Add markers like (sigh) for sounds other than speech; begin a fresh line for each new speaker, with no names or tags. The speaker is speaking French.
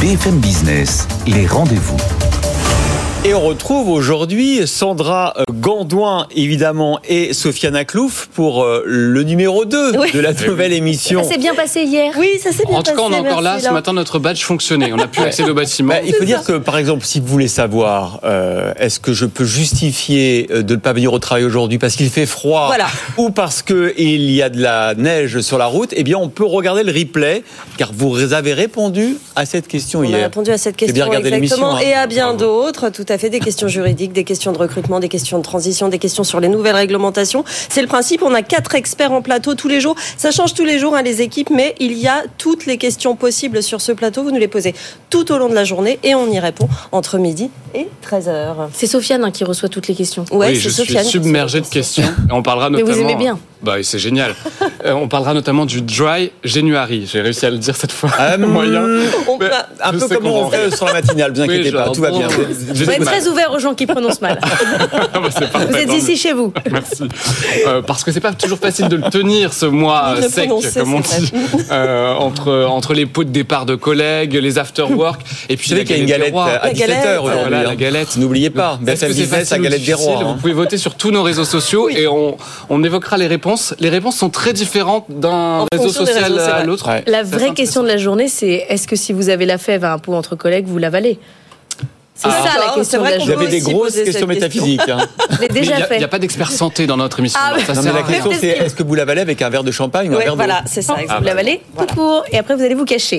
BFM Business, les rendez-vous.
Et on retrouve aujourd'hui Sandra euh, Gandouin, évidemment, et Sofiane Clouf pour euh, le numéro 2
Oui.
de
Eh
la nouvelle émission.
Ah,
Ça s'est bien passé hier.
Oui, ça s'est bien
En tout cas, on est
passé,
encore là.
merci,
Ce
Laure.
matin, notre badge fonctionnait. On a pu accéder au bâtiment.
Bah, il faut dire que, par exemple, si vous voulez savoir, euh, est-ce que je peux justifier euh, de ne pas venir au travail aujourd'hui parce qu'il fait froid
Voilà.
ou parce qu'il y a de la neige sur la route, eh bien, on peut regarder le replay, car vous avez répondu à cette question
On a
hier.
répondu à cette
J'ai bien
question
regardé
exactement
l'émission, hein.
et à bien
Bravo.
d'autres, tout à fait des questions juridiques, des questions de recrutement, des questions de transition, des questions sur les nouvelles réglementations. C'est le principe, on a quatre experts en plateau tous les jours. Ça change tous les jours hein, les équipes, mais il y a toutes les questions possibles sur ce plateau, vous nous les posez tout au long de la journée et on y répond entre midi et 13h.
C'est Sofiane hein, qui reçoit toutes les questions.
Ouais,
oui,
c'est
je suis
Sofiane qui
submergé de
pose la question.
questions. Et on parlera
Mais vous
notamment.
aimez bien.
Bah, oui,
(laughs)
c'est génial. Euh, on parlera notamment du dry January. J'ai réussi à le dire cette fois. (laughs)
Euh,
Moyen.
On
Mais
va-
Un
je
peu
sais
comme on
comment
fait sur la matinale, ne vous inquiétez
Oui,
pas,
genre,
tout va bien.
bon,
Vous
j'ai-
êtes très ouvert aux gens qui prononcent
(laughs)
mal.
Bah, c'est parfait,
Vous êtes
tant
ici
mieux.
chez vous.
Merci. Euh, parce que c'est pas toujours facile de le tenir ce
(laughs)
mois
Ni de
euh,
le
sec,
prononcer,
comme on
c'est
dit, Euh, entre entre les pots de départ de collègues, les after work, et puis
Vous savez qu'il y a une
des
galette
rois.
à
La galette.
17h aujourd'hui.
Voilà, la
hein.
galette.
N'oubliez pas,
Est-ce
BFM
que c'est
Business, la
facile ou
galette des rois.
difficile
hein.
Vous pouvez voter sur tous nos réseaux sociaux et on, on évoquera les réponses. Les réponses sont très différentes d'un
En
réseau
fonction des
social
réseaux, c'est
à
vrai.
l'autre.
Ouais.
La
Ça,
vraie
c'est
question de la journée, c'est est-ce que si vous avez la fève à un pot entre collègues, vous l'avalez C'est
Ah.
ça
D'accord,
la
c'est
question de
vrai
la
qu'on
Vous avez
journée.
peut
des
aussi
grosses
poser cette
questions
question.
métaphysiques. hein.
Je l'ai
Mais Il
déjà
n'y a, il
fait.
y a pas d'expert santé dans notre émission.
Ah
donc
ouais.
ça
Non, mais
sert
la
à rien.
question, c'est est-ce que vous l'avalez avec un verre de champagne ou un
Ouais,
verre d'eau
Ah.
voilà, c'est ça.
Vous l'avalez tout court et après vous allez vous cacher.